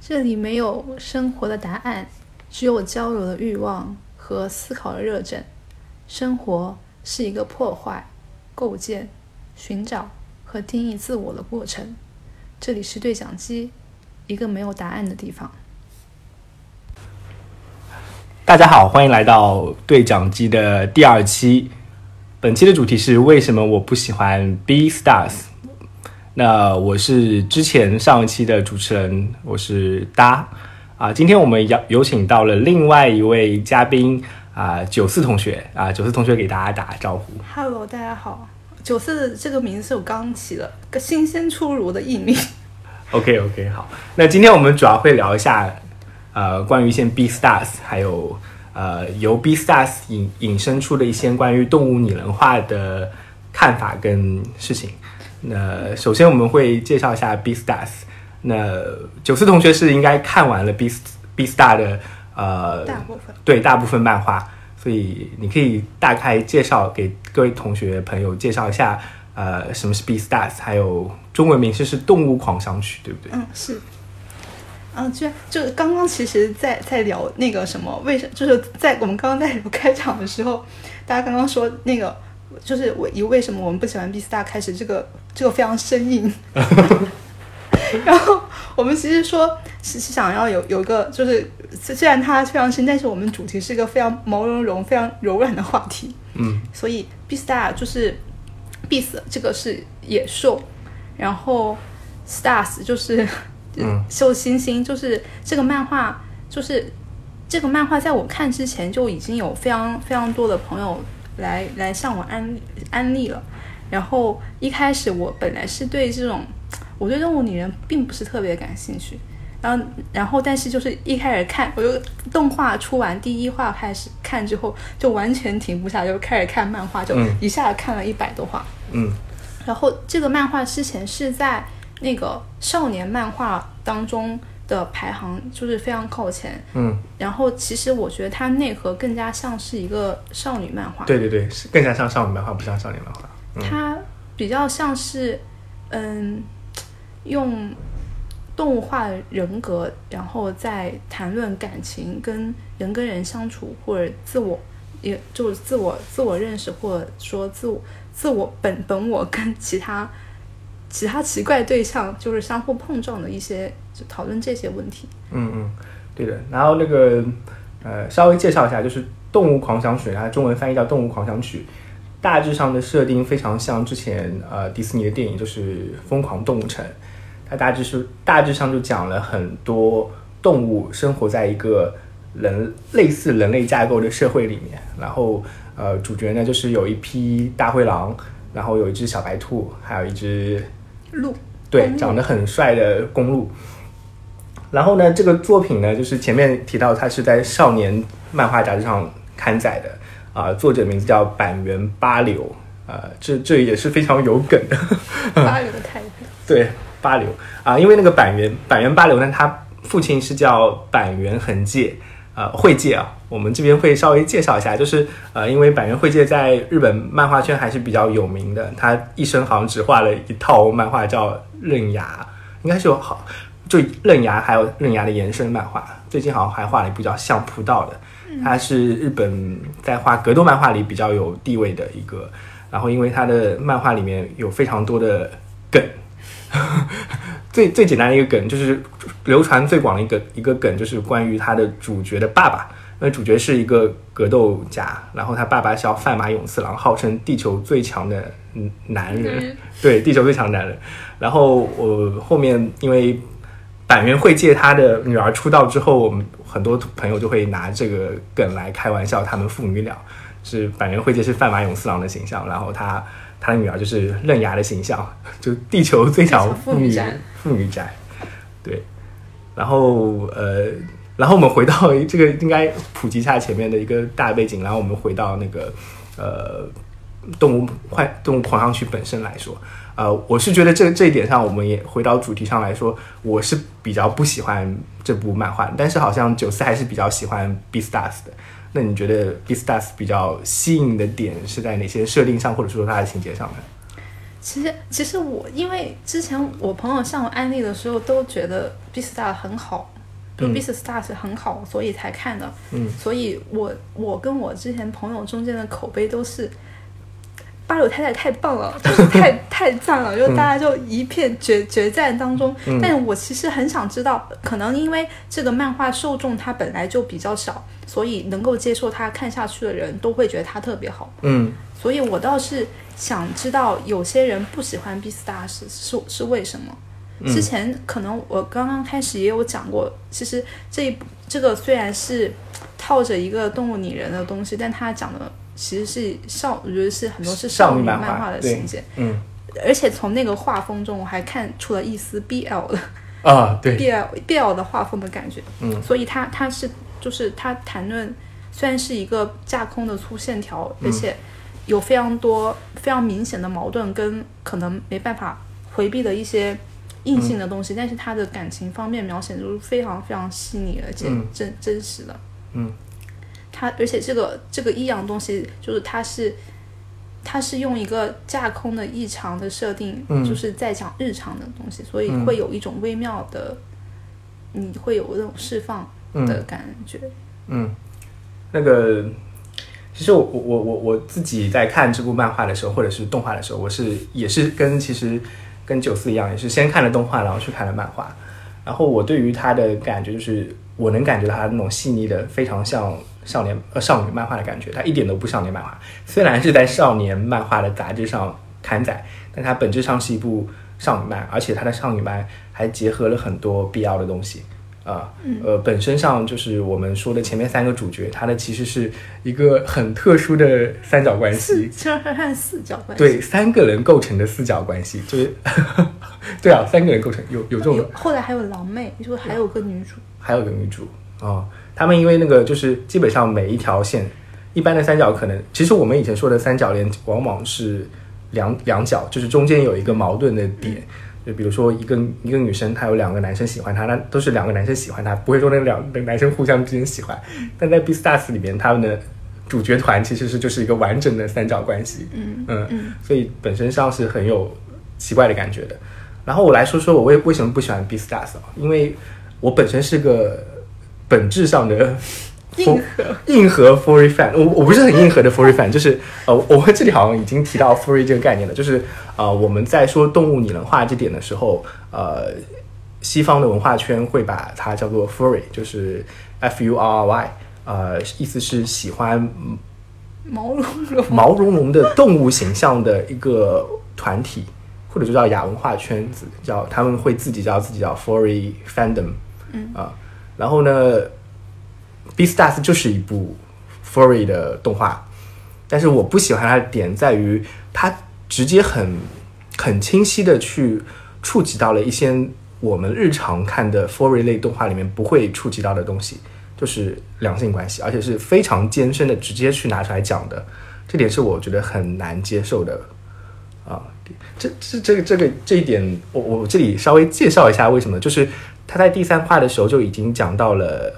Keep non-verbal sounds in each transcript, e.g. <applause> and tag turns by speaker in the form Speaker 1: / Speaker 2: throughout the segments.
Speaker 1: 这里没有生活的答案，只有交流的欲望和思考的热忱。生活是一个破坏、构建、寻找和定义自我的过程。这里是对讲机，一个没有答案的地方。
Speaker 2: 大家好，欢迎来到对讲机的第二期。本期的主题是为什么我不喜欢 B Stars。那我是之前上一期的主持人，我是搭啊。今天我们邀有请到了另外一位嘉宾啊，九四同学啊，九四同学给大家打个招呼。
Speaker 1: Hello，大家好。九四这个名字是我刚起的，个新鲜出炉的艺名。
Speaker 2: OK OK，好。那今天我们主要会聊一下呃，关于一些 B Stars，还有呃由 B Stars 引引申出的一些关于动物拟人化的看法跟事情。那首先我们会介绍一下 B Stars。那九四同学是应该看完了 B B Star 的呃
Speaker 1: 大部分
Speaker 2: 对大部分漫画，所以你可以大概介绍给各位同学朋友介绍一下呃什么是 B Stars，还有中文名是是动物狂想曲，对不对？
Speaker 1: 嗯，是。嗯，就就刚刚其实在，在聊那个什么，为什就是在我们刚刚在聊开场的时候，大家刚刚说那个，就是我以为什么我们不喜欢 B Star 开始这个这个非常生硬。然后我们其实说是是想要有有一个，就是虽虽然它非常深，但是我们主题是一个非常毛茸茸、非常柔软的话题。
Speaker 2: 嗯，
Speaker 1: 所以 B star 就是 B 这个是野兽，然后 stars 就是
Speaker 2: 嗯
Speaker 1: <laughs> 秀星星，就是这个漫画就是这个漫画，在我看之前就已经有非常非常多的朋友来来向我安安利了。然后一开始我本来是对这种我对动物拟人并不是特别感兴趣，然后然后但是就是一开始看，我就动画出完第一话开始看之后，就完全停不下，就开始看漫画，就
Speaker 2: 嗯
Speaker 1: 一下看了一百多话。
Speaker 2: 嗯
Speaker 1: 然后这个漫画之前是在那个少年漫画当中的排行就是非常靠前，
Speaker 2: 嗯，
Speaker 1: 然后其实我觉得它内核更加像是一个少女漫画，
Speaker 2: 对对对，是更加像少女漫画，不像少年漫画。
Speaker 1: 它比较像是，嗯，用动物化的人格，然后再谈论感情跟人跟人相处，或者自我，也就是自我自我认识，或者说自我自我本本我跟其他 <laughs> 其他奇怪对象就是相互碰撞的一些，就讨论这些问题。
Speaker 2: 嗯嗯，对的。然后那个呃，稍微介绍一下，就是《动物狂想曲》，它中文翻译叫《动物狂想曲》，大致上的设定非常像之前呃迪士尼的电影，就是《疯狂动物城》。它大致是大致上就讲了很多动物生活在一个人类似人类架构的社会里面，然后呃，主角呢就是有一匹大灰狼，然后有一只小白兔，还有一只
Speaker 1: 路
Speaker 2: 对
Speaker 1: 公，
Speaker 2: 长得很帅的公路。然后呢，这个作品呢，就是前面提到它是在少年漫画杂志上刊载的，啊、作者名字叫板垣八流，呃，这这也是非常有梗的，
Speaker 1: 八流的太阳，
Speaker 2: 对，八流啊、因为那个板垣板垣八流呢，他父亲是叫板垣恒介，呃，惠介啊，我们这边会稍微介绍一下，就是呃，因为板垣惠介在日本漫画圈还是比较有名的，他一生好像只画了一套漫画叫《刃牙》，应该是有好，就《刃牙》还有《刃牙》的延伸漫画，最近好像还画了一部叫《相扑道》的，他是日本在画格斗漫画里比较有地位的一个，然后因为他的漫画里面有非常多的梗。最最简单的一个梗就是流传最广的一个一个梗，就是关于他的主角的爸爸。因为主角是一个格斗家，然后他爸爸叫范马勇次郎，号称地球最强的嗯男人， <laughs> 对，地球最强男人。然后我、后面因为板垣惠介他的女儿出道之后，我们很多朋友就会拿这个梗来开玩笑，他们父女俩是板垣惠介是范马勇次郎的形象，然后他他的女儿就是刃牙的形象，就地球最强
Speaker 1: 妇女宅
Speaker 2: 妇女宅，对。然后呃，然后我们回到这个应该普及一下前面的一个大背景，然后我们回到那个呃动物快动物狂想曲本身来说，呃，我是觉得这这一点上，我们也回到主题上来说，我是比较不喜欢这部漫画，但是好像九四还是比较喜欢 B Stars 的。那你觉得 B Stars 比较吸引你的点是在哪些设定上，或者说它的情节上呢？
Speaker 1: 其实其实我因为之前我朋友向我安利的时候都觉得 B Star 很好，就
Speaker 2: 嗯
Speaker 1: B Star 是很好，所以才看的。
Speaker 2: 嗯，
Speaker 1: 所以我我跟我之前朋友中间的口碑都是。八六太太太棒
Speaker 2: <laughs>
Speaker 1: 了，就是太太赞了，就
Speaker 2: 嗯
Speaker 1: 大家就一片决决战当中。但是我其实很想知道，可能因为这个漫画受众它本来就比较少，所以能够接受它看下去的人都会觉得它特别好。
Speaker 2: 嗯
Speaker 1: 所以我倒是想知道有些人不喜欢 B Star 是是是为什么？
Speaker 2: 嗯
Speaker 1: 之前可能我刚刚开始也有讲过，其实这一部这个虽然是套着一个动物拟人的东西，但它讲的其实是少，我觉得是很多是
Speaker 2: 少
Speaker 1: 少
Speaker 2: 女
Speaker 1: 女
Speaker 2: 漫画
Speaker 1: 漫画的
Speaker 2: 对
Speaker 1: 情节，
Speaker 2: 嗯
Speaker 1: 而且从那个画风中我还看出了一丝 BL 的
Speaker 2: 啊，对，
Speaker 1: BL BL 的画风的感觉，
Speaker 2: 嗯
Speaker 1: 所以他他是就是他谈论虽然是一个架空的粗线条，而且
Speaker 2: 嗯
Speaker 1: 有非常多非常明显的矛盾跟可能没办法回避的一些硬性的东
Speaker 2: 嗯
Speaker 1: 西，但是他的感情方面描写就是非常非常细腻而且
Speaker 2: 嗯
Speaker 1: 真、真实的，
Speaker 2: 嗯，
Speaker 1: 他而且这个这个异样东西就是它是。它是用一个架空的异常的设定，
Speaker 2: 嗯
Speaker 1: 就是在讲日常的东西，所以
Speaker 2: 嗯
Speaker 1: 会有一种微妙的你会有那种释放的
Speaker 2: 嗯
Speaker 1: 感觉。
Speaker 2: 嗯，那个，其实我我我我我自己在看这部漫画的时候，或者是动画的时候，我是也是跟其实跟九四一样，也是先看了动画，然后去看了漫画。然后我对于它的感觉就是，我能感觉到它那种细腻的，非常像少年呃少女漫画的感觉，它一点都不少年漫画。虽然是在少年漫画的杂志上刊载，但它本质上是一部少女漫，而且它的少女漫还结合了很多必要的东西。啊，呃，本身上就是我们说的前面三个主角，他的其实是一个很特殊的三角关系
Speaker 1: 四，，就是看四角关系，
Speaker 2: 对，三个人构成的四角关系，就是， <laughs> 对啊，三个人构成有有这种
Speaker 1: 有后来还有狼妹，就是还有个女主，
Speaker 2: 还有个女主哦，他们因为那个就是基本上每一条线，一般的三角可能，其实我们以前说的三角恋往往是两两角，就是中间有一个矛盾的点，就比如说一个一个女生她有两个男生喜欢她，那都是两个男生喜欢她，不会说那两那男生互相之间喜欢，但在 B Stars 里面他们的。主角团其实是就是一个完整的三角关系，
Speaker 1: 嗯
Speaker 2: 嗯，所以本身上是很有奇怪的感觉的。然后我来说说我为为什么不喜欢 B Stars 啊？因为我本身是个本质上的
Speaker 1: 硬核
Speaker 2: 硬核 furry fan，我我不是很硬核的 furry fan，就是呃，我们这里好像已经提到 furry 这个概念了，就是呃，我们在说动物拟人化这点的时候，呃，西方的文化圈会把它叫做 furry，就是 f u r r y，呃，意思是喜欢
Speaker 1: 毛茸茸， <laughs>
Speaker 2: <laughs> 毛茸茸的动物形象的一个团体，或者就叫亚文化圈子，叫他们会自己叫自己叫 furry fandom，
Speaker 1: 嗯
Speaker 2: 啊，然后呢，Beastars 就是一部 furry 的动画，但是我不喜欢它的点在于它直接很很清晰的去触及到了一些我们日常看的 furry 类动画里面不会触及到的东西，就是两性关系，而且是非常艰深的直接去拿出来讲的，这点是我觉得很难接受的啊。这这这个这个这一点，我我这里稍微介绍一下为什么，就是他在第三话的时候就已经讲到了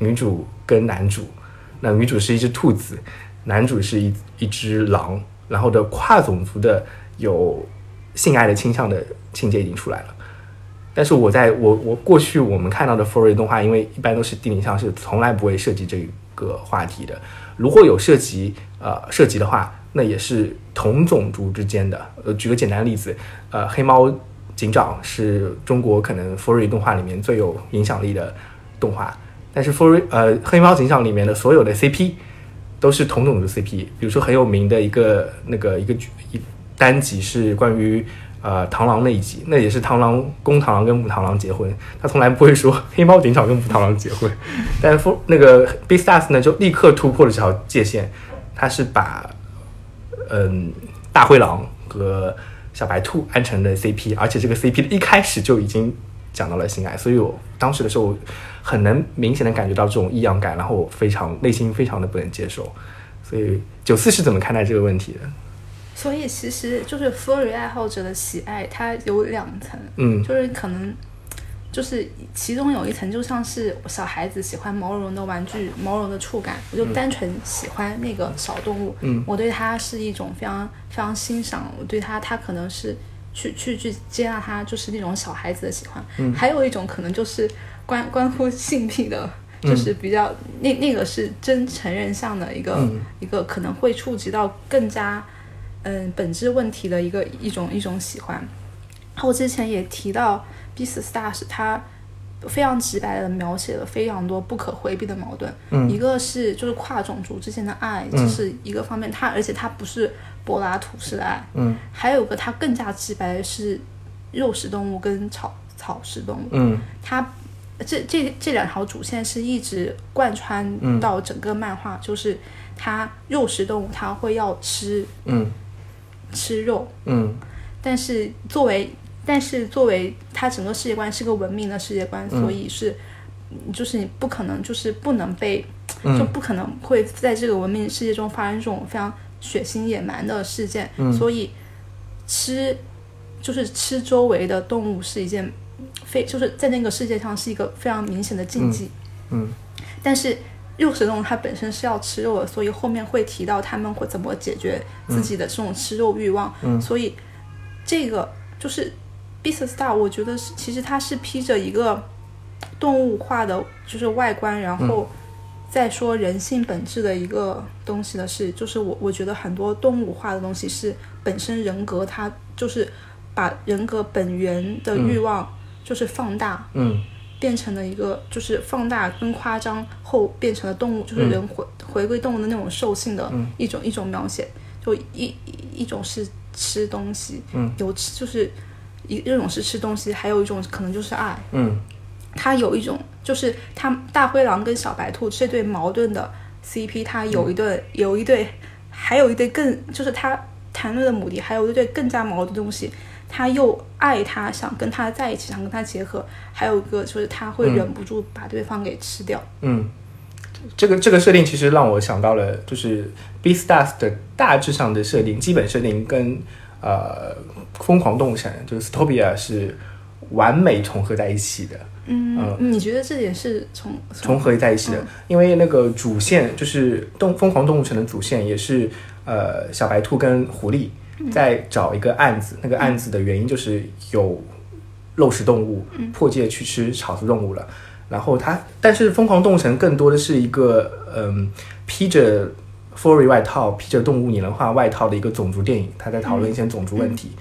Speaker 2: 女主跟男主，那女主是一只兔子，男主是一一只狼，然后的跨种族的有性爱的倾向的情节已经出来了。但是我在我我过去我们看到的 furry 动画，因为一般都是地理上是从来不会涉及这个话题的。如果有涉及呃涉及的话，那也是同种族之间的。呃，举个简单的例子，呃，黑猫警长是中国可能 furry 动画里面最有影响力的动画，但是 furry 呃黑猫警长里面的所有的 CP 都是同种族 CP，比 E，如说很有名的一个那个一个剧一单集是关于呃螳螂那一集，那也是螳螂公螳螂跟母螳螂结婚，他从来不会说 <laughs> 黑猫警长跟母螳螂结婚，但是那个 Big Stars 呢就立刻突破了这条界限，他是把嗯大灰狼和小白兔安成的 CP，而且这个 CP 的一开始就已经讲到了性爱，所以我当时的时候很能明显的感觉到这种异样感，然后我非常内心非常的不能接受。所以九四是怎么看待这个问题的？
Speaker 1: 所以其实就是 furry 爱好者的喜爱，它有两层，
Speaker 2: 嗯
Speaker 1: 就是可能就是其中有一层就像是小孩子喜欢毛绒的玩具、毛绒的触感，我就单纯喜欢那个小动物，
Speaker 2: 嗯
Speaker 1: 我对它是一种非常非常欣赏，我对它它可能是去去去接纳它，就是那种小孩子的喜欢，
Speaker 2: 嗯
Speaker 1: 还有一种可能就是关关乎性癖的。
Speaker 2: 嗯
Speaker 1: 就是比较、那那个是真成人向的一个、
Speaker 2: 嗯
Speaker 1: 一个可能会触及到更加嗯本质问题的一个一种一种喜欢。我之前也提到 b e a s t Stars，它非常直白的描写了非常多不可回避的矛盾。
Speaker 2: 嗯
Speaker 1: 一个是就是跨种族之间的爱，这、
Speaker 2: 嗯
Speaker 1: 是一个方面。它而且它不是柏拉图式的爱，
Speaker 2: 嗯
Speaker 1: 还有个它更加直白的是肉食动物跟草草食动物。
Speaker 2: 嗯
Speaker 1: 它这这这两条主线是一直贯
Speaker 2: 嗯
Speaker 1: 穿到整个漫画，就是它肉食动物它会要吃
Speaker 2: 嗯
Speaker 1: 吃肉，
Speaker 2: 嗯
Speaker 1: 但是作为但是作为它整个世界观是个文明的世界观，所以是嗯就是你不可能就是不能被就
Speaker 2: 嗯
Speaker 1: 不可能会在这个文明世界中发生这种非常血腥野蛮的事件，
Speaker 2: 嗯
Speaker 1: 所以吃就是吃周围的动物是一件非就是在那个世界上是一个非常明显的禁忌。
Speaker 2: 嗯
Speaker 1: 但是肉食动物它本身是要吃肉的，所以后面会提到他们会怎么解决自己的这种吃肉欲望。
Speaker 2: 嗯
Speaker 1: 所以这个就是 Beast Star，我觉得是其实它是披着一个动物化的就是外观，然后再说人性本质的一个东西的是，就是我我觉得很多动物化的东西是本身人格它就是把人格本源的欲望就是放大。
Speaker 2: 嗯
Speaker 1: 变成了一个就是放大跟夸张后变成了动物，就是人回、回归动物的那种兽性的一种、一种描写，就一一一种是吃东西，
Speaker 2: 嗯
Speaker 1: 有吃就是一一种是吃东西，还有一种可能就是爱，
Speaker 2: 嗯
Speaker 1: 它有一种就是它大灰狼跟小白兔这对矛盾的 CP，它有一对、有一对，还有一对更就是它谈论的母的，还有一对更加矛盾的东西，他又爱他，想跟他在一起，想跟他结合，还有一个就是他会忍不住把对方给吃掉。
Speaker 2: 嗯，这个这个设定其实让我想到了，就是 B Stars 的大致上的设定，基本设定跟呃疯狂动物城就是 Stopia 是完美重合在一起的。
Speaker 1: 嗯，你觉得这点是从
Speaker 2: 重合在一起的，因为那个主线就是动疯狂动物城的主线也是呃小白兔跟狐狸在找一个案子，那个案子的原因就是有肉食动物破戒去吃草食动物了，然后它但是疯狂动物城更多的是一个嗯披着 furry 外套披着动物拟人化外套的一个种族电影，它在讨论一些种族问题。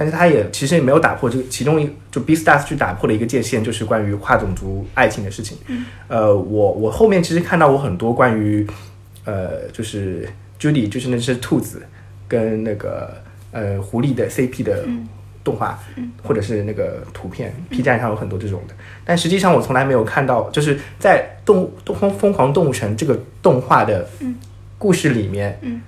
Speaker 2: 但是它也其实也没有打破这个其中一就 B Stars 去打破了一个界限，就是关于跨种族爱情的事情。呃，我我后面其实看到我很多关于呃，就是 Judy 就是那只兔子跟那个呃狐狸的 CP 的动画，或者是那个图片，P 站上有很多这种的。但实际上我从来没有看到，就是在动物动疯疯狂动物城这个动画的故事里面，
Speaker 1: 嗯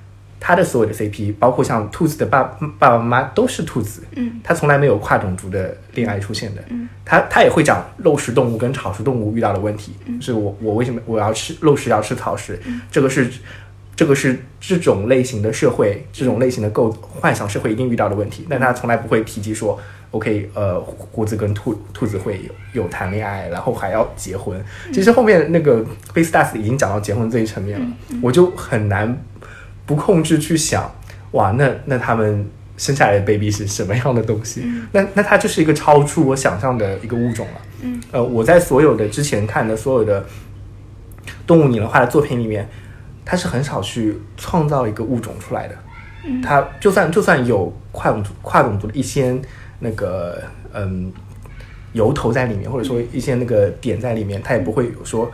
Speaker 2: 它的所有的 CP，包括像兔子的爸爸爸妈妈都是兔子，
Speaker 1: 嗯
Speaker 2: 它从来没有跨种族的恋爱出现的。
Speaker 1: 嗯
Speaker 2: 它它也会讲肉食动物跟草食动物遇到的问题，
Speaker 1: 嗯
Speaker 2: 是我我为什么我要吃肉食要吃草食，这个是这个是这种类型的社会这种类型的构幻想社会一定遇到的问题，但它从来不会提及说。OK，呃，胡子跟兔兔子会有有谈恋爱，然后还要结婚。
Speaker 1: 嗯
Speaker 2: 其实后面那个 b a s t a r s 已经讲到结婚这一层面了，
Speaker 1: 嗯
Speaker 2: 我就很难不控制去想，哇，那那他们生下来的 baby 是什么样的东西？那那它就是一个超出我想象的一个物种了。
Speaker 1: 嗯，
Speaker 2: 呃，我在所有的之前看的所有的动物拟人化的作品里面，它是很少去创造一个物种出来的。
Speaker 1: 嗯
Speaker 2: 它就算就算有跨种族跨种族的一些那个嗯由头在里面，或者说一些那个点在里面，它也不会有说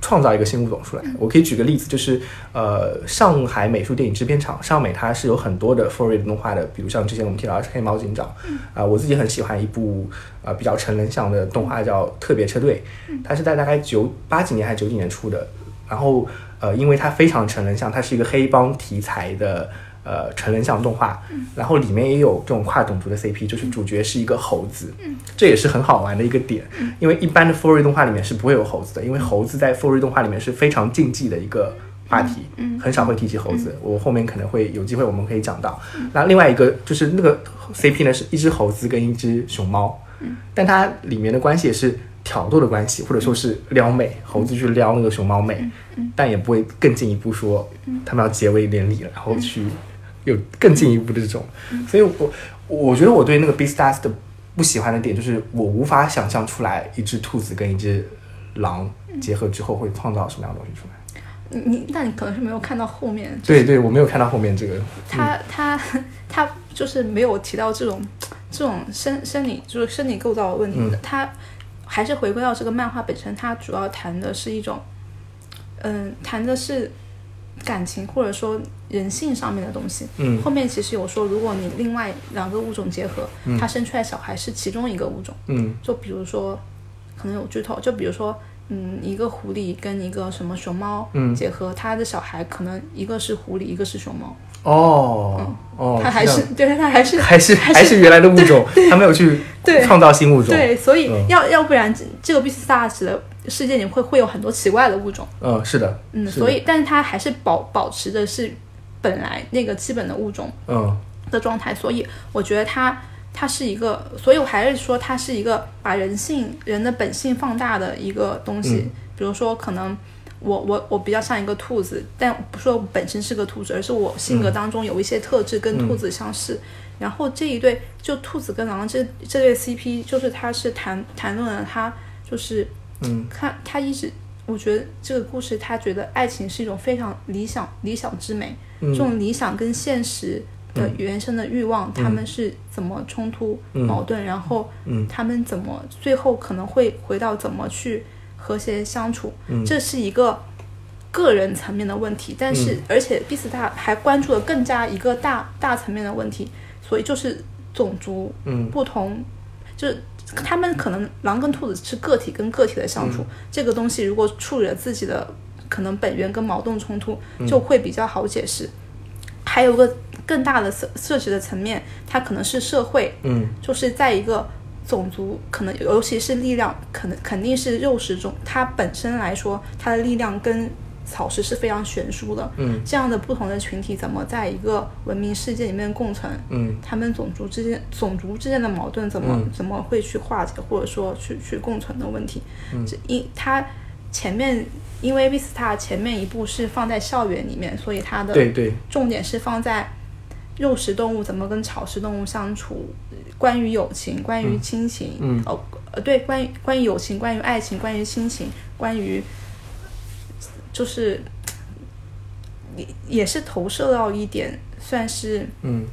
Speaker 2: 创造一个新物种出来。我可以举个例子，就是呃，上海美术电影制片厂上美，它是有很多的 furry 的动画的，比如像之前我们提到的《黑猫警长》啊、我自己很喜欢一部呃比较成人向的动画叫《特别车队》，它是在大概九八几年还是九几年出的，然后呃，因为它非常成人向，它是一个黑帮题材的。呃，成人向动画，然后里面也有这种跨种族的 CP，就是主角是一个猴子，这也是很好玩的一个点，因为一般的 furry 动画里面是不会有猴子的，因为猴子在 furry 动画里面是非常禁忌的一个话题，很少会提及猴子。我后面可能会有机会我们可以讲到。那另外一个就是那个 CP 呢，是一只猴子跟一只熊猫，但它里面的关系也是挑逗的关系，或者说是撩妹，猴子去撩那个熊猫妹，但也不会更进一步说他们要结为连理了，然后去有更进一步的这种。所以我我觉得我对那个 Beastars 的不喜欢的点就是，我无法想象出来一只兔子跟一只狼结合之后会创造什么样的东西出来。
Speaker 1: 你你，那你可能是没有看到后面，
Speaker 2: 对对，我没有看到后面这个。
Speaker 1: 他
Speaker 2: 嗯
Speaker 1: 他 <laughs> 他就是没有提到这种这种生生理就是生理构造的问题
Speaker 2: 嗯
Speaker 1: 的，他还是回归到这个漫画本身，它主要谈的是一种，嗯，谈的是感情或者说人性上面的东西。
Speaker 2: 嗯
Speaker 1: 后面其实有说，如果你另外两个物种结合，它生出来小孩是其中一个物种，
Speaker 2: 嗯
Speaker 1: 就比如说可能有剧透，就比如说。嗯，一个狐狸跟一个什么熊猫
Speaker 2: 嗯
Speaker 1: 结合，它的小孩可能一个是狐狸，一个是熊猫，
Speaker 2: 哦哦，
Speaker 1: 它还
Speaker 2: 这样
Speaker 1: 是对，它还是
Speaker 2: 还是
Speaker 1: 还是
Speaker 2: 还是原来的物种，他没有去
Speaker 1: <laughs> 对
Speaker 2: 创造新物种。
Speaker 1: 对，所以
Speaker 2: 嗯
Speaker 1: 要、要不然这这个 b e a s t a r s 的世界里会会有很多奇怪的物种，
Speaker 2: 嗯，是的，
Speaker 1: 嗯，
Speaker 2: 是的
Speaker 1: 所以但是它还是保保持的是本来那个基本的物种
Speaker 2: 嗯
Speaker 1: 的状态，所以我觉得它它是一个，所以我还是说它是一个把人性人的本性放大的一个东西，比如说可能。我我我比较像一个兔子，但不是说我本身是个兔子，而是我性格当中有一些特质跟兔子相似。然后这一对就兔子跟狼这这对 CP，就是他是谈谈论了他就是
Speaker 2: 嗯
Speaker 1: 看他一直，我觉得这个故事，他觉得爱情是一种非常理想理想之美，这
Speaker 2: 嗯
Speaker 1: 种理想跟现实的原生的欲望，他们是怎么冲突、
Speaker 2: 嗯
Speaker 1: 矛盾，然后
Speaker 2: 嗯
Speaker 1: 他们怎么最后可能会回到怎么去和谐相处，
Speaker 2: 嗯
Speaker 1: 这是一个个人层面的问题，但是、
Speaker 2: 嗯
Speaker 1: 而且毕斯大还关注了更加一个大大层面的问题，所以就是种族
Speaker 2: 嗯
Speaker 1: 不同，就是他们可能狼跟兔子是个体跟个体的相处，这个东西如果处理了自己的可能本源跟矛盾冲突，就会比较好解释。还有个更大的涉涉及的层面，它可能是社会，
Speaker 2: 嗯
Speaker 1: 就是在一个种族，可能尤其是力量，可能肯定是肉食种，它本身来说，它的力量跟草食是非常悬殊的。
Speaker 2: 嗯
Speaker 1: 这样的不同的群体怎么在一个文明世界里面共存？
Speaker 2: 嗯
Speaker 1: 他们种族之间种族之间的矛盾怎么、
Speaker 2: 嗯
Speaker 1: 怎么会去化解，或者说去去共存的问题？
Speaker 2: 嗯
Speaker 1: 这因它前面因为 Vista 前面一部是放在校园里面，所以它的
Speaker 2: 对对，
Speaker 1: 重点是放在肉食动物怎么跟草食动物相处，关于友情，关于亲情，
Speaker 2: 嗯
Speaker 1: 哦呃对，关于关于友情，关于爱情，关于亲情，关于就是也也是投射到一点算是。
Speaker 2: 嗯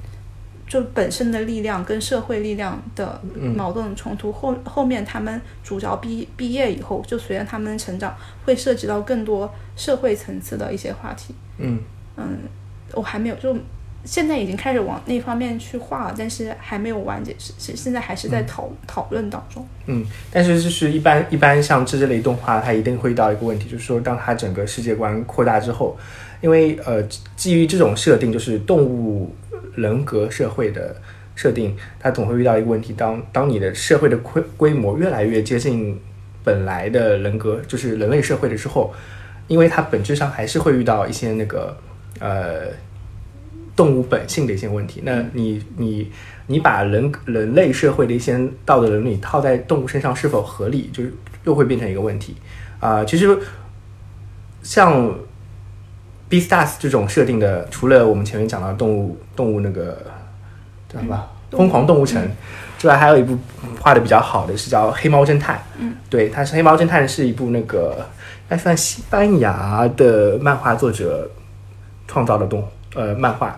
Speaker 1: 就本身的力量跟社会力量的
Speaker 2: 嗯
Speaker 1: 矛盾冲突，后后面他们主角毕毕业以后，就随着他们成长，会涉及到更多社会层次的一些话题。
Speaker 2: 嗯
Speaker 1: 嗯，我还没有，就现在已经开始往那方面去画了，但是还没有完结，是是现在还是在讨、讨论当中。
Speaker 2: 嗯，但是就是一般一般像这类动画，它一定会遇到一个问题，就是说当它整个世界观扩大之后，因为呃基于这种设定，就是动物人格社会的设定，它总会遇到一个问题，当当你的社会的规规模越来越接近本来的人格，就是人类社会的之后，因为它本质上还是会遇到一些那个呃动物本性的一些问题。那你你你把人人类社会的一些道德伦理套在动物身上是否合理，就是又会变成一个问题啊、其实像 Beastars 这种设定的，除了我们前面讲到动物动物那个叫什么《
Speaker 1: 动物
Speaker 2: 疯狂嗯动物城》之外，还有一部画的比较好的是叫《黑猫侦探》。
Speaker 1: 嗯，
Speaker 2: 对，它是《黑猫侦探》是一部那个应该算西班牙的漫画作者创造的动呃漫画，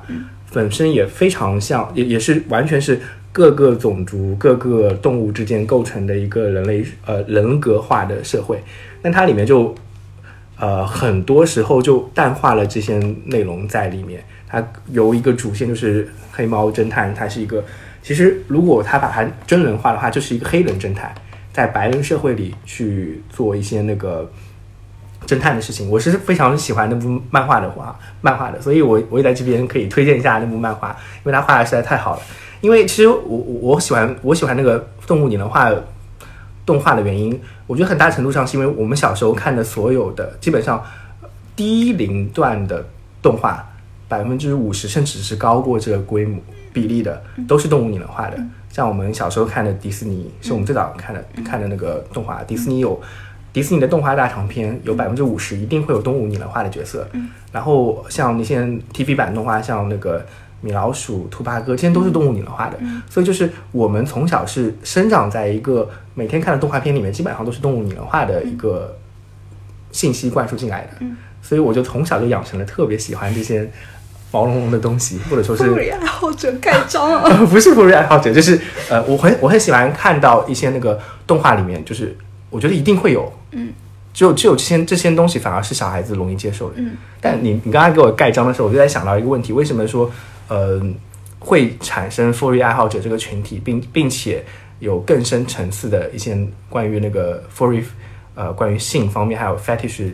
Speaker 2: 本身也非常像，也也是完全是各个种族、各个动物之间构成的一个人类呃人格化的社会，但它里面就呃很多时候就淡化了这些内容在里面。它由一个主线就是黑猫侦探，它是一个其实如果他把它真人化的话，就是一个黑人侦探，在白人社会里去做一些那个侦探的事情。我是非常喜欢那部漫画的画漫画的，所以我我也在这边可以推荐一下那部漫画，因为它画的实在太好了。因为其实我我我喜欢我喜欢那个呃动物拟人化动画的原因，我觉得很大程度上是因为我们小时候看的所有的基本上呃低龄段的动画，百分之五十甚至是高过这个规模比例的，都是动物拟人化的。像我们小时候看的迪士尼，是我们最早看的、看的那个动画。迪士尼有迪士尼的动画大长篇，有百分之五十一定会有动物拟人化的角色。然后像那些 TV 版动画，像那个米老鼠、兔八哥，这些都是动物拟人化的。所以就是我们从小是生长在一个每天看的动画片里面，基本上都是动物拟人化的一个信息灌输进来的。所以我就从小就养成了特别喜欢这些毛茸茸的东西，或者说是
Speaker 1: 不爱好者盖章啊！
Speaker 2: 呃， <laughs> 不是腐乳爱好者，就是呃，我很我很喜欢看到一些那个动画里面，就是我觉得一定会有，
Speaker 1: 嗯，
Speaker 2: 只有只有这些这些东西反而是小孩子容易接受的。
Speaker 1: 嗯，
Speaker 2: 但你你刚刚给我盖章的时候，我就在想到一个问题，为什么说呃会产生腐乳爱好者这个群体，并并且有更深层次的一些关于那个腐乳呃关于性方面还有 fetish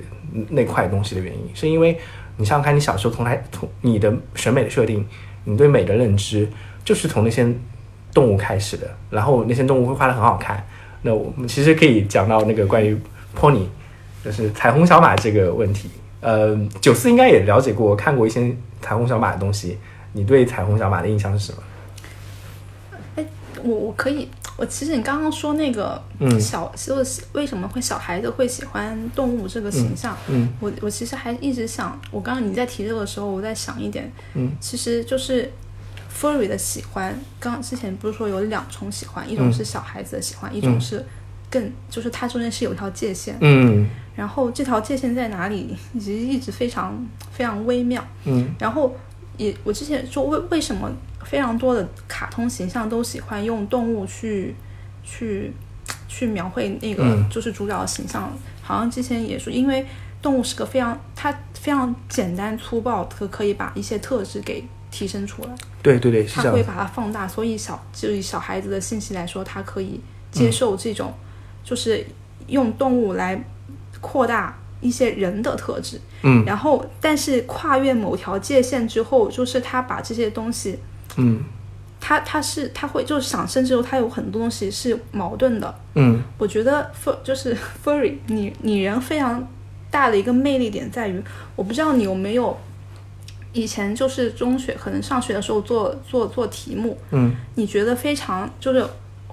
Speaker 2: 那块东西的原因，是因为你想想看，你小时候从来从你的审美的设定，你对美的认知，就是从那些动物开始的，然后那些动物会画的很好看。那我们其实可以讲到那个关于 pony，就是彩虹小马这个问题。呃，九四应该也了解过，看过一些彩虹小马的东西。你对彩虹小马的印象是什么？
Speaker 1: 哎， <laughs> 我我可以，我其实你刚刚说那个，
Speaker 2: 嗯
Speaker 1: 小就是为什么会小孩子会喜欢动物这个形象，
Speaker 2: 嗯
Speaker 1: 我我其实还一直想，我刚刚你在提这个的时候，我在想一点，
Speaker 2: 嗯，
Speaker 1: 其实就是 furry 的喜欢，刚刚之前不是说有两重喜欢，一种
Speaker 2: 嗯
Speaker 1: 是小孩子的喜欢，一种
Speaker 2: 嗯
Speaker 1: 是更就是它中间是有一条界限，
Speaker 2: 嗯
Speaker 1: 然后这条界限在哪里，其实一直非常非常微妙。
Speaker 2: 嗯
Speaker 1: 然后也我之前说为为什么非常多的卡通形象都喜欢用动物去去去描绘那个
Speaker 2: 嗯
Speaker 1: 就是主角的形象，好像之前也说，因为动物是个非常它非常简单粗暴，可可以把一些特质给提升出来，
Speaker 2: 对对对，是
Speaker 1: 它
Speaker 2: 这样
Speaker 1: 会
Speaker 2: 子。
Speaker 1: 把它放大，所以小就以小孩子的信息来说，他可以
Speaker 2: 嗯
Speaker 1: 接受这种、就是用动物来扩大一些人的特质。
Speaker 2: 嗯
Speaker 1: 然后，但是跨越某条界限之后，就是他把这些东西，
Speaker 2: 嗯
Speaker 1: 他他是他会就是想，甚至有他有很多东西是矛盾的。
Speaker 2: 嗯
Speaker 1: 我觉得 fur 就是 furry 拟拟人非常大的一个魅力点在于，我不知道你有没有以前就是中学可能上学的时候做做做题目，
Speaker 2: 嗯
Speaker 1: 你觉得非常就是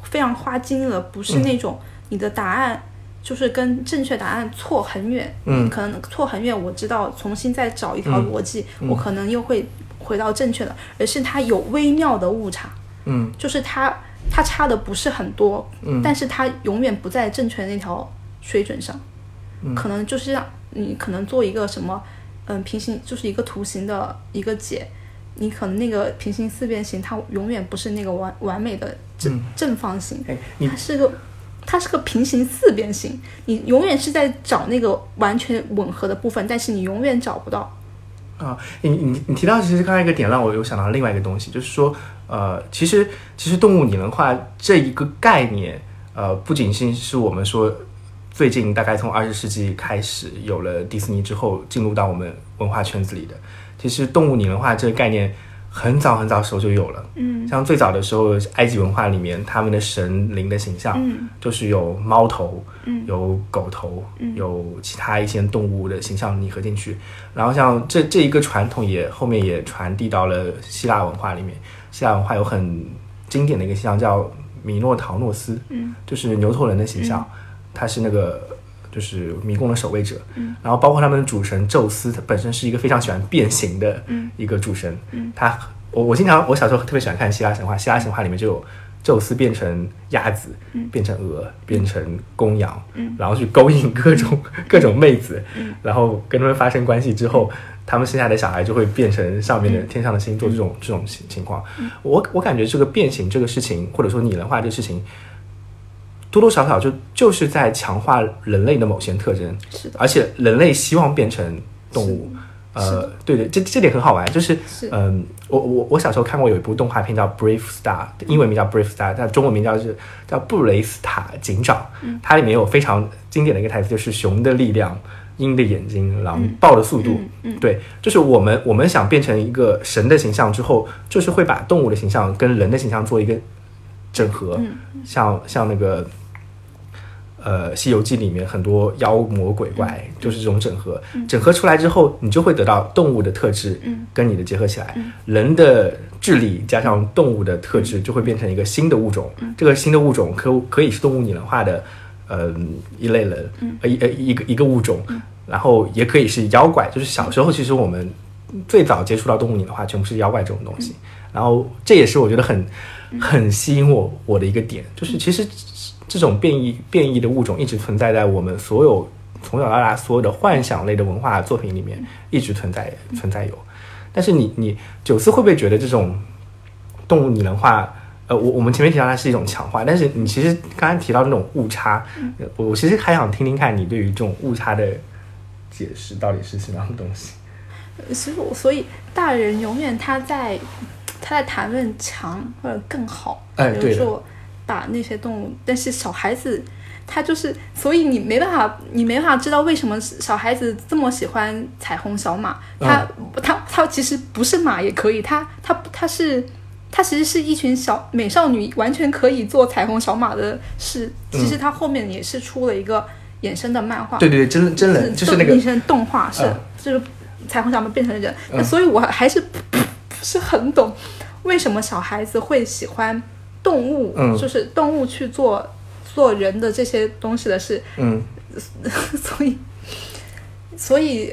Speaker 1: 非常花精力的，不
Speaker 2: 嗯
Speaker 1: 是那种你的答案就是跟正确答案错很远，
Speaker 2: 嗯
Speaker 1: 可能错很远，我知道重新再找一条
Speaker 2: 嗯
Speaker 1: 逻辑，我可能又会回到正确的，而是它有微妙的误差，
Speaker 2: 嗯
Speaker 1: 就是它它差的不是很多，
Speaker 2: 嗯
Speaker 1: 但是它永远不在正确的那条水准上，
Speaker 2: 嗯
Speaker 1: 可能就是让你可能做一个什么，嗯，平行就是一个图形的一个解，你可能那个平行四边形它永远不是那个完完美的正、
Speaker 2: 嗯
Speaker 1: 正方形，
Speaker 2: 哎，你
Speaker 1: 它是个它是个平行四边形，你永远是在找那个完全吻合的部分，但是你永远找不到。
Speaker 2: 啊，你你你提到其实刚才一个点，让我有想到另外一个东西，就是说，呃，其实其实动物拟人化这一个概念，呃，不仅仅是我们说最近大概从二十世纪开始有了迪士尼之后进入到我们文化圈子里的，其实动物拟人化这个概念很早很早时候就有了，
Speaker 1: 嗯
Speaker 2: 像最早的时候埃及文化里面他们的神灵的形象，
Speaker 1: 嗯
Speaker 2: 就是有猫头，
Speaker 1: 嗯
Speaker 2: 有狗头，
Speaker 1: 嗯
Speaker 2: 有其他一些动物的形象拟合进去。然后像这这一个传统也后面也传递到了希腊文化里面。希腊文化有很经典的一个形象叫米诺陶诺斯，
Speaker 1: 嗯
Speaker 2: 就是牛头人的形象，他是那个就是迷宫的守卫者。
Speaker 1: 嗯
Speaker 2: 然后包括他们的主神宙斯，他本身是一个非常喜欢变形的
Speaker 1: 嗯
Speaker 2: 一个主神。
Speaker 1: 嗯
Speaker 2: 他我我经常我小时候特别喜欢看希腊神话，希腊神话里面就有宙斯变成鸭子，
Speaker 1: 嗯
Speaker 2: 变成鹅，变成公羊，
Speaker 1: 嗯
Speaker 2: 然后去勾引各种、各种妹子，
Speaker 1: 嗯
Speaker 2: 然后跟他们发生关系之后，他们生下的小孩就会变成上面的
Speaker 1: 嗯
Speaker 2: 天上的星座这种、这种情情况。我我感觉这个变形这个事情，或者说拟人化这个事情。多多少少就就是在强化人类的某些特征，
Speaker 1: 是的，
Speaker 2: 而且人类希望变成动物。
Speaker 1: 是的
Speaker 2: 呃，对对，这这点很好玩，就是
Speaker 1: 是
Speaker 2: 嗯、我我我小时候看过有一部动画片叫《Brave Star》，英文名叫《Brave Star》，但中文名叫是叫布雷斯塔警长。
Speaker 1: 嗯
Speaker 2: 它里面有非常经典的一个台词，就是“熊的力量，鹰的眼睛，狼豹的速度”
Speaker 1: 嗯嗯
Speaker 2: 对，就是我们我们想变成一个神的形象之后，就是会把动物的形象跟人的形象做一个整合，
Speaker 1: 嗯
Speaker 2: 像像那个呃《西游记》里面很多妖魔鬼怪，
Speaker 1: 嗯
Speaker 2: 就是这种整合。整合出来之后，你就会得到动物的特质，
Speaker 1: 嗯，嗯
Speaker 2: 跟你的结合起来，人的智力加上动物的特质，就会变成一个新的物种。这个新的物种可可以是动物拟人化的，呃，一类人，
Speaker 1: 嗯
Speaker 2: 呃一呃一个一个物种，然后也可以是妖怪。就是小时候，其实我们最早接触到动物拟人化，全部是妖怪这种东西。然后这也是我觉得很很吸引我我的一个点，就是其实这种变异变异的物种一直存在在我们所有从小到大所有的幻想类的文化作品里面一直存在存在有。但是你你九四会不会觉得这种动物拟人化？呃，我我们前面提到它是一种强化，但是你其实刚刚提到那种误差，呃我我其实还想听听看你对于这种误差的解释到底是什么样的东西。
Speaker 1: 所以呃我所以大人永远他在他在谈论强或者更好，
Speaker 2: 哎
Speaker 1: 比
Speaker 2: 对
Speaker 1: 如
Speaker 2: 的
Speaker 1: 说把那些动物，但是小孩子他就是，所以你没办法，你没办法知道为什么小孩子这么喜欢彩虹小马，
Speaker 2: 啊
Speaker 1: 他、他他其实不是马也可以，他他他是。他其实是一群小美少女，完全可以做彩虹小马的事。其实他后面也是出了一个衍生的漫画，
Speaker 2: 嗯对对对，真真人就是那个
Speaker 1: 动变成动画是，
Speaker 2: 嗯
Speaker 1: 就是彩虹小马变成人，
Speaker 2: 嗯
Speaker 1: 那所以我还是不不是很懂为什么小孩子会喜欢动物，
Speaker 2: 嗯
Speaker 1: 就是动物去做做人的这些东西的事， <laughs>
Speaker 2: 嗯，
Speaker 1: 所以所以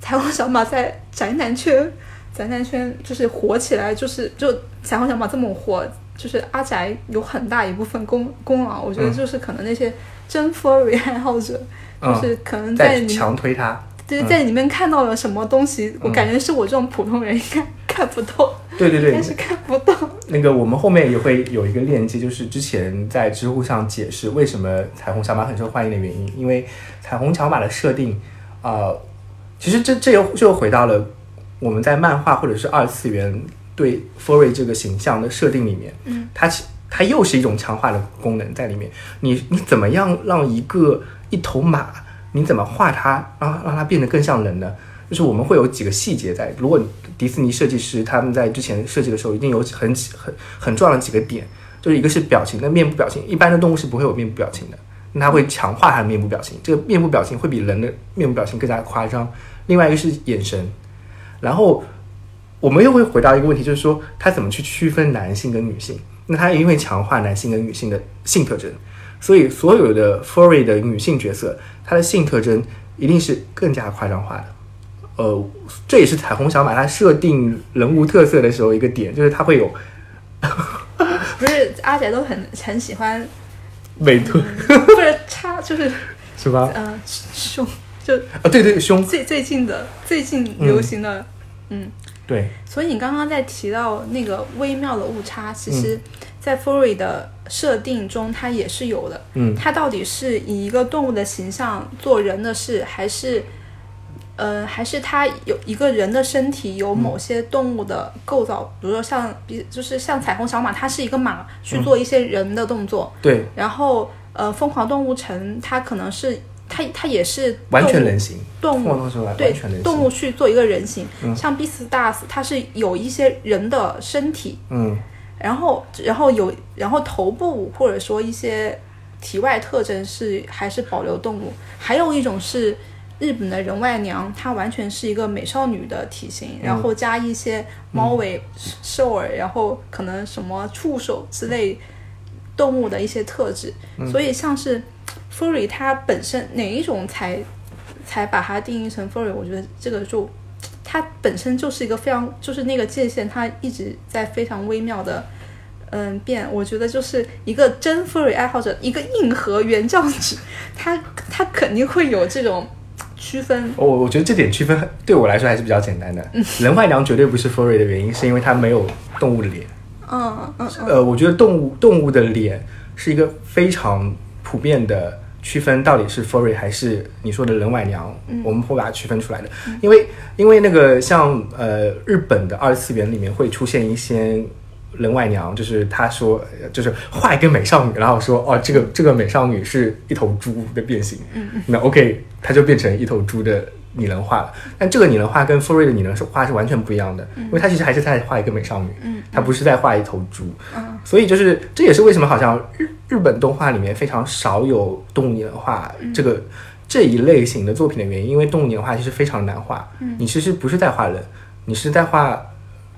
Speaker 1: 彩虹小马在宅男圈宅男圈就是火起来，就是就彩虹小马这么火。就是阿宅有很大一部分功功劳，我觉得
Speaker 2: 嗯
Speaker 1: 就是可能那些真 furry 爱好者，
Speaker 2: 嗯
Speaker 1: 就是可能在
Speaker 2: 在
Speaker 1: 里面
Speaker 2: 强推它。
Speaker 1: 就是在里面看到了什么东西，我感觉是我这种普通人应该看不透，
Speaker 2: 对对对
Speaker 1: 但，是看不到。
Speaker 2: 那个我们后面也会有一个链接，就是之前在知乎上解释为什么彩虹小马很受欢迎的原因，因为彩虹小马的设定，呃，其实这这又这又回到了我们在漫画或者是二次元对 furry 这个形象的设定里面，
Speaker 1: 嗯，
Speaker 2: 它其它又是一种强化的功能在里面。你你怎么样让一个一头马，你怎么画它，让它让它变得更像人呢？就是我们会有几个细节在。如果迪士尼设计师他们在之前设计的时候，一定有很很很重要的几个点，就是一个是表情的面部表情，一般的动物是不会有面部表情的，那它会强化它的面部表情，这个面部表情会比人的面部表情更加夸张。另外一个是眼神，然后我们又会回到一个问题，就是说他怎么去区分男性跟女性？那他一定会强化男性跟女性的性特征，所以所有的 furry 的女性角色，她的性特征一定是更加夸张化的。呃，这也是彩虹小马它设定人物特色的时候一个点，就是它会有
Speaker 1: 不是阿宅都很很喜欢，
Speaker 2: 美臀，
Speaker 1: 不是差就是
Speaker 2: 是吧？
Speaker 1: 呃胸，就
Speaker 2: 啊，对对，胸，
Speaker 1: 最最近的最近流行的，嗯
Speaker 2: 对，
Speaker 1: 所以你刚刚在提到那个微妙的误差，
Speaker 2: 嗯
Speaker 1: 其实，在 Furry 的设定中，它也是有的。
Speaker 2: 嗯
Speaker 1: 它到底是以一个动物的形象做人的事，还是，呃，还是它有一个人的身体有某些动物的构造，比如说像，比就是像彩虹小马，它是一个马去做一些人的动作，
Speaker 2: 对，
Speaker 1: 然后呃，疯狂动物城它可能是它它也是
Speaker 2: 完全
Speaker 1: 动物
Speaker 2: 人形，
Speaker 1: 动物
Speaker 2: 凤凰同学完
Speaker 1: 对
Speaker 2: 完全人形，
Speaker 1: 动物去做一个人形，
Speaker 2: 嗯
Speaker 1: 像 Beastars 它是有一些人的身体，
Speaker 2: 嗯
Speaker 1: 然后然后有然后头部或者说一些体外特征是还是保留动物，还有一种是日本的人外娘，她完全是一个美少女的体
Speaker 2: 嗯
Speaker 1: 型，然后加一些猫尾、兽耳，然后可能什么触手之类动物的一些特质，所以像是 furry 它本身哪一种才才把它定义成 furry，我觉得这个就它本身就是一个非常就是那个界限，它一直在非常微妙的。嗯，变我觉得就是一个真 furry 爱好者，一个硬核原教旨，他他肯定会有这种区分。
Speaker 2: 哦我我觉得这点区分很对我来说还是比较简单的。
Speaker 1: 嗯
Speaker 2: 人外娘绝对不是 furry 的原因，是因为它没有动物的脸。
Speaker 1: 嗯嗯嗯，
Speaker 2: 呃，我觉得动物动物的脸是一个非常普遍的区分，到底是 furry 还是你说的人外娘，我们会把它区分出来的。因为因为那个像呃日本的二次元里面会出现一些。人外娘就是他说，呃就是画一个美少女，然后说哦，这个这个美少女是一头猪的变形，那 OK，她就变成一头猪的拟人化了。但这个拟人化跟傅瑞的拟人化是完全不一样的，因为他其实还是在画一个美少女，
Speaker 1: 嗯
Speaker 2: 他不是在画一头猪。
Speaker 1: 嗯
Speaker 2: 所以就是这也是为什么好像日日本动画里面非常少有动物拟人化
Speaker 1: 嗯
Speaker 2: 这个、这一类型的作品的原因，因为动物拟人化其实非常难画，
Speaker 1: 嗯
Speaker 2: 你其实不是在画人，你是在画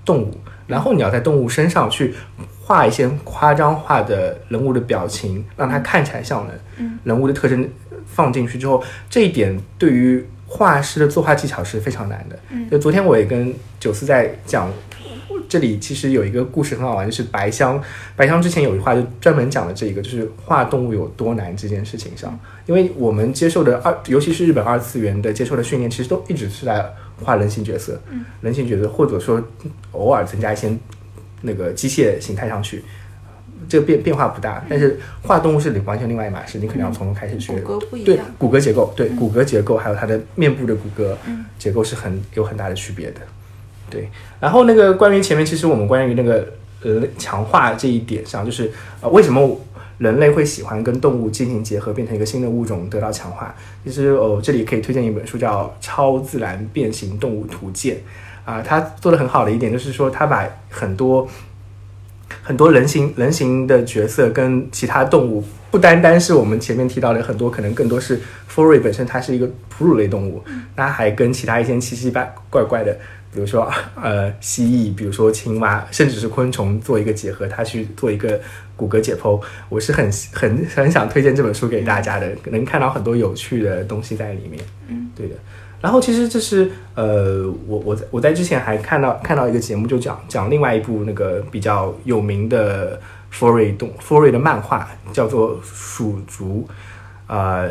Speaker 2: 动物，然后你要在动物身上去画一些夸张化的人物的表情，让它看起来像人，
Speaker 1: 嗯
Speaker 2: 人物的特征放进去之后，这一点对于画师的作画技巧是非常难的。
Speaker 1: 嗯
Speaker 2: 就昨天我也跟九四在讲，这里其实有一个故事很好玩，就是白香，白香之前有一句话就专门讲了这个，就是画动物有多难这件事情上，因为我们接受的二，尤其是日本二次元的接受的训练，其实都一直是在画人形角色，
Speaker 1: 嗯
Speaker 2: 人形角色或者说偶尔增加一些那个机械形态上去。这个变变化不大，但是画动物是完全另外一码事，你可能要从头开始学。
Speaker 1: 骨骼不一
Speaker 2: 对
Speaker 1: 样，嗯
Speaker 2: 骨骼结构，对、骨骼结构，还有它的面部的骨骼结构是很有很大的区别的。对，然后那个关于前面，其实我们关于那个呃强化这一点上，就是呃为什么人类会喜欢跟动物进行结合，变成一个新的物种得到强化？其实哦，这里可以推荐一本书叫《超自然变形动物图鉴》啊、它做的很好的一点就是说，它把很多很多人形人形的角色跟其他动物，不单单是我们前面提到的很多，可能更多是 f o r y 本身它是一个哺乳类动物，那还跟其他一些奇奇怪怪怪的，比如说呃蜥蜴，比如说青蛙，甚至是昆虫做一个结合，它去做一个骨骼解剖。我是很很很想推荐这本书给大家的，能看到很多有趣的东西在里面。
Speaker 1: 嗯，
Speaker 2: 对的。然后其实这是呃，我我在我在之前还看到看到一个节目，就讲讲另外一部那个比较有名的 Foray 动 Foray 的漫画，叫做《鼠族》，呃，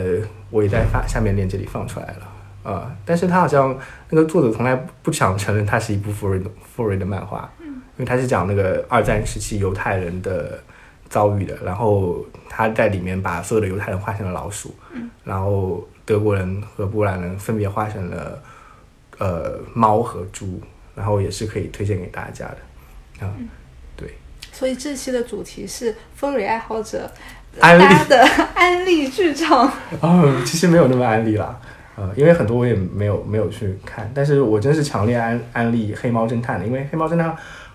Speaker 2: 我也在发下面链接里放出来了。呃，但是他好像那个作者从来不想承认它是一部 Foray 的 Foray 的漫画，因为他是讲那个二战时期犹太人的遭遇的，然后他在里面把所有的犹太人画成了老鼠，然后德国人和波兰人分别画成了呃猫和猪，然后也是可以推荐给大家的啊。对，
Speaker 1: 所以这期的主题是风蕊爱好者
Speaker 2: 安利
Speaker 1: 大家的 <laughs> 安利剧场。
Speaker 2: 哦，其实没有那么安利啦，呃，因为很多我也没有没有去看，但是我真是强烈安安利《黑猫侦探》的，因为《黑猫侦探》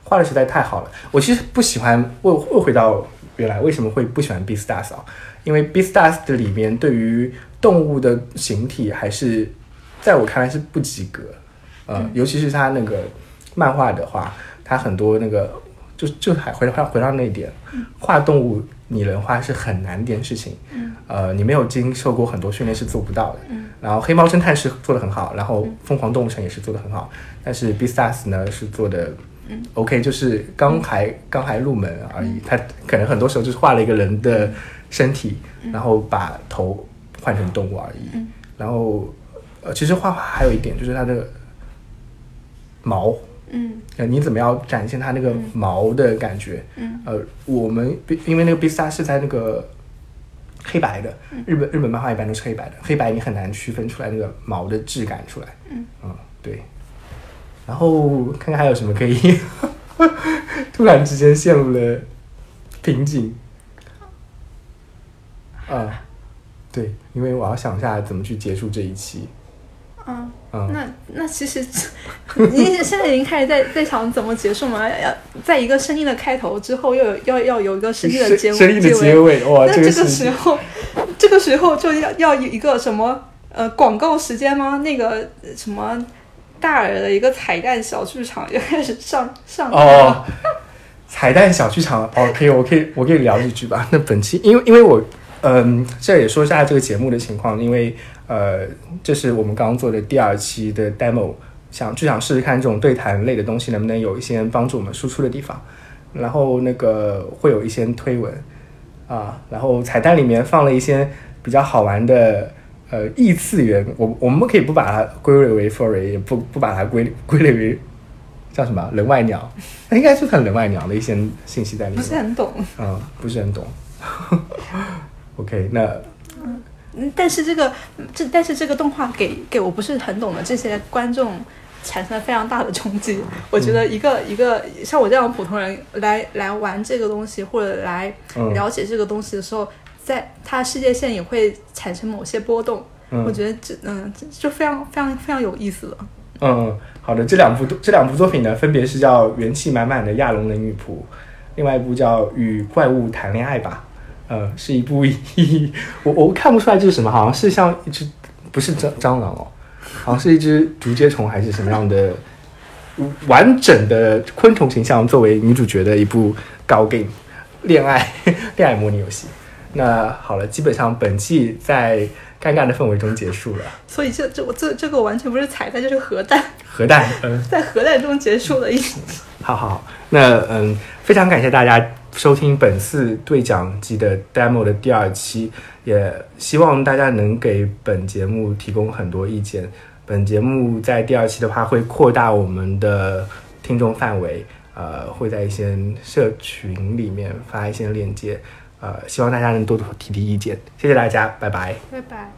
Speaker 2: 画的实在太好了。我其实不喜欢，我我回到原来为什么会不喜欢《b e a s t a r s 啊？因为《b e a s t a r s 的里面对于动物的形体还是在我看来是不及格，呃，尤其是他那个漫画的话，他很多那个就就还回到回到那一点，画动物拟人化是很难点事情，呃，你没有经受过很多训练是做不到的。然后黑猫侦探是做的很好，然后疯狂动物城也是做的很好，但是 b e a s t a r s 呢是做的。OK，就是刚还、刚还入门而已，他可能很多时候就是画了一个人的身体，然后把头换成动物而已。然后，呃，其实画画还有一点就是它的毛，
Speaker 1: 嗯
Speaker 2: 呃，你怎么样展现它那个毛的感觉？
Speaker 1: 嗯
Speaker 2: 呃，我们因为那个 B 三是在那个黑白的，
Speaker 1: 嗯
Speaker 2: 日本日本漫画一般都是黑白的，黑白你很难区分出来那个毛的质感出来。
Speaker 1: 嗯
Speaker 2: 对。然后看看还有什么可以， <laughs> 突然之间陷入了瓶颈。啊，对，因为我要想一下怎么去结束这一期。
Speaker 1: 嗯，
Speaker 2: 嗯，
Speaker 1: 那那其实你现在已经开始在在想怎么结束吗？要在一个生硬的开头之后，又有要要有一个生硬的结尾。
Speaker 2: 生硬的结尾，哇，
Speaker 1: 那
Speaker 2: 这
Speaker 1: 这
Speaker 2: 个
Speaker 1: 个
Speaker 2: 是
Speaker 1: 时候，这个时候就要要一个什么呃广告时间吗？那个呃什么大耳的一个彩蛋小剧场又开始上上了。
Speaker 2: 哦， <laughs> 彩蛋小剧场哦，可以，我可以，我可以聊几句吧。那本期，因为因为我，嗯，这也说一下这个节目的情况，因为呃，这是我们刚刚做的第二期的 demo，想就想试试看这种对谈类的东西能不能有一些帮助我们输出的地方，然后那个会有一些推文啊，然后彩蛋里面放了一些比较好玩的。呃，异次元，我我们可以不把它归类为 foray，也不不把它归归类为叫什么人外鸟，那应该是很人外鸟的一些信息在里
Speaker 1: 不
Speaker 2: 面。
Speaker 1: 是很懂，
Speaker 2: 嗯，不是很懂。OK，那
Speaker 1: 嗯但是这个这但是这个动画给给我不是很懂的这些观众产生了非常大的冲击。
Speaker 2: 嗯
Speaker 1: 我觉得一个、一个像我这样普通人来来玩这个东西或者来
Speaker 2: 嗯
Speaker 1: 了解这个东西的时候，在他世界线也会产生某些波动。
Speaker 2: 嗯
Speaker 1: 我觉得这嗯这就非常非常非常有意思了。
Speaker 2: 嗯，好的，这两部这两部作品呢，分别是叫《元气满满的亚龙的女仆》，另外一部叫《与怪物谈恋爱吧》。呃，是一部以 <laughs> 我我看不出来这是什么，好像是像一只不是蟑蟑螂哦，好像是一只竹节虫还是什么样的完整的昆虫形象作为女主角的一部高 game 恋爱 <laughs> 恋爱模拟游戏。那好了，基本上本季在尴尬的氛围中结束了。
Speaker 1: 所以这这我这这个我完全不是彩蛋，这是核弹，
Speaker 2: 核弹，嗯、
Speaker 1: 在核弹中结束了一。
Speaker 2: 好好，好，那嗯，非常感谢大家收听本次对讲机的 demo 的第二期，也希望大家能给本节目提供很多意见。本节目在第二期的话会扩大我们的听众范围，呃，会在一些社群里面发一些链接，呃，希望大家能多多提提意见，谢谢大家，拜拜。
Speaker 1: 拜拜。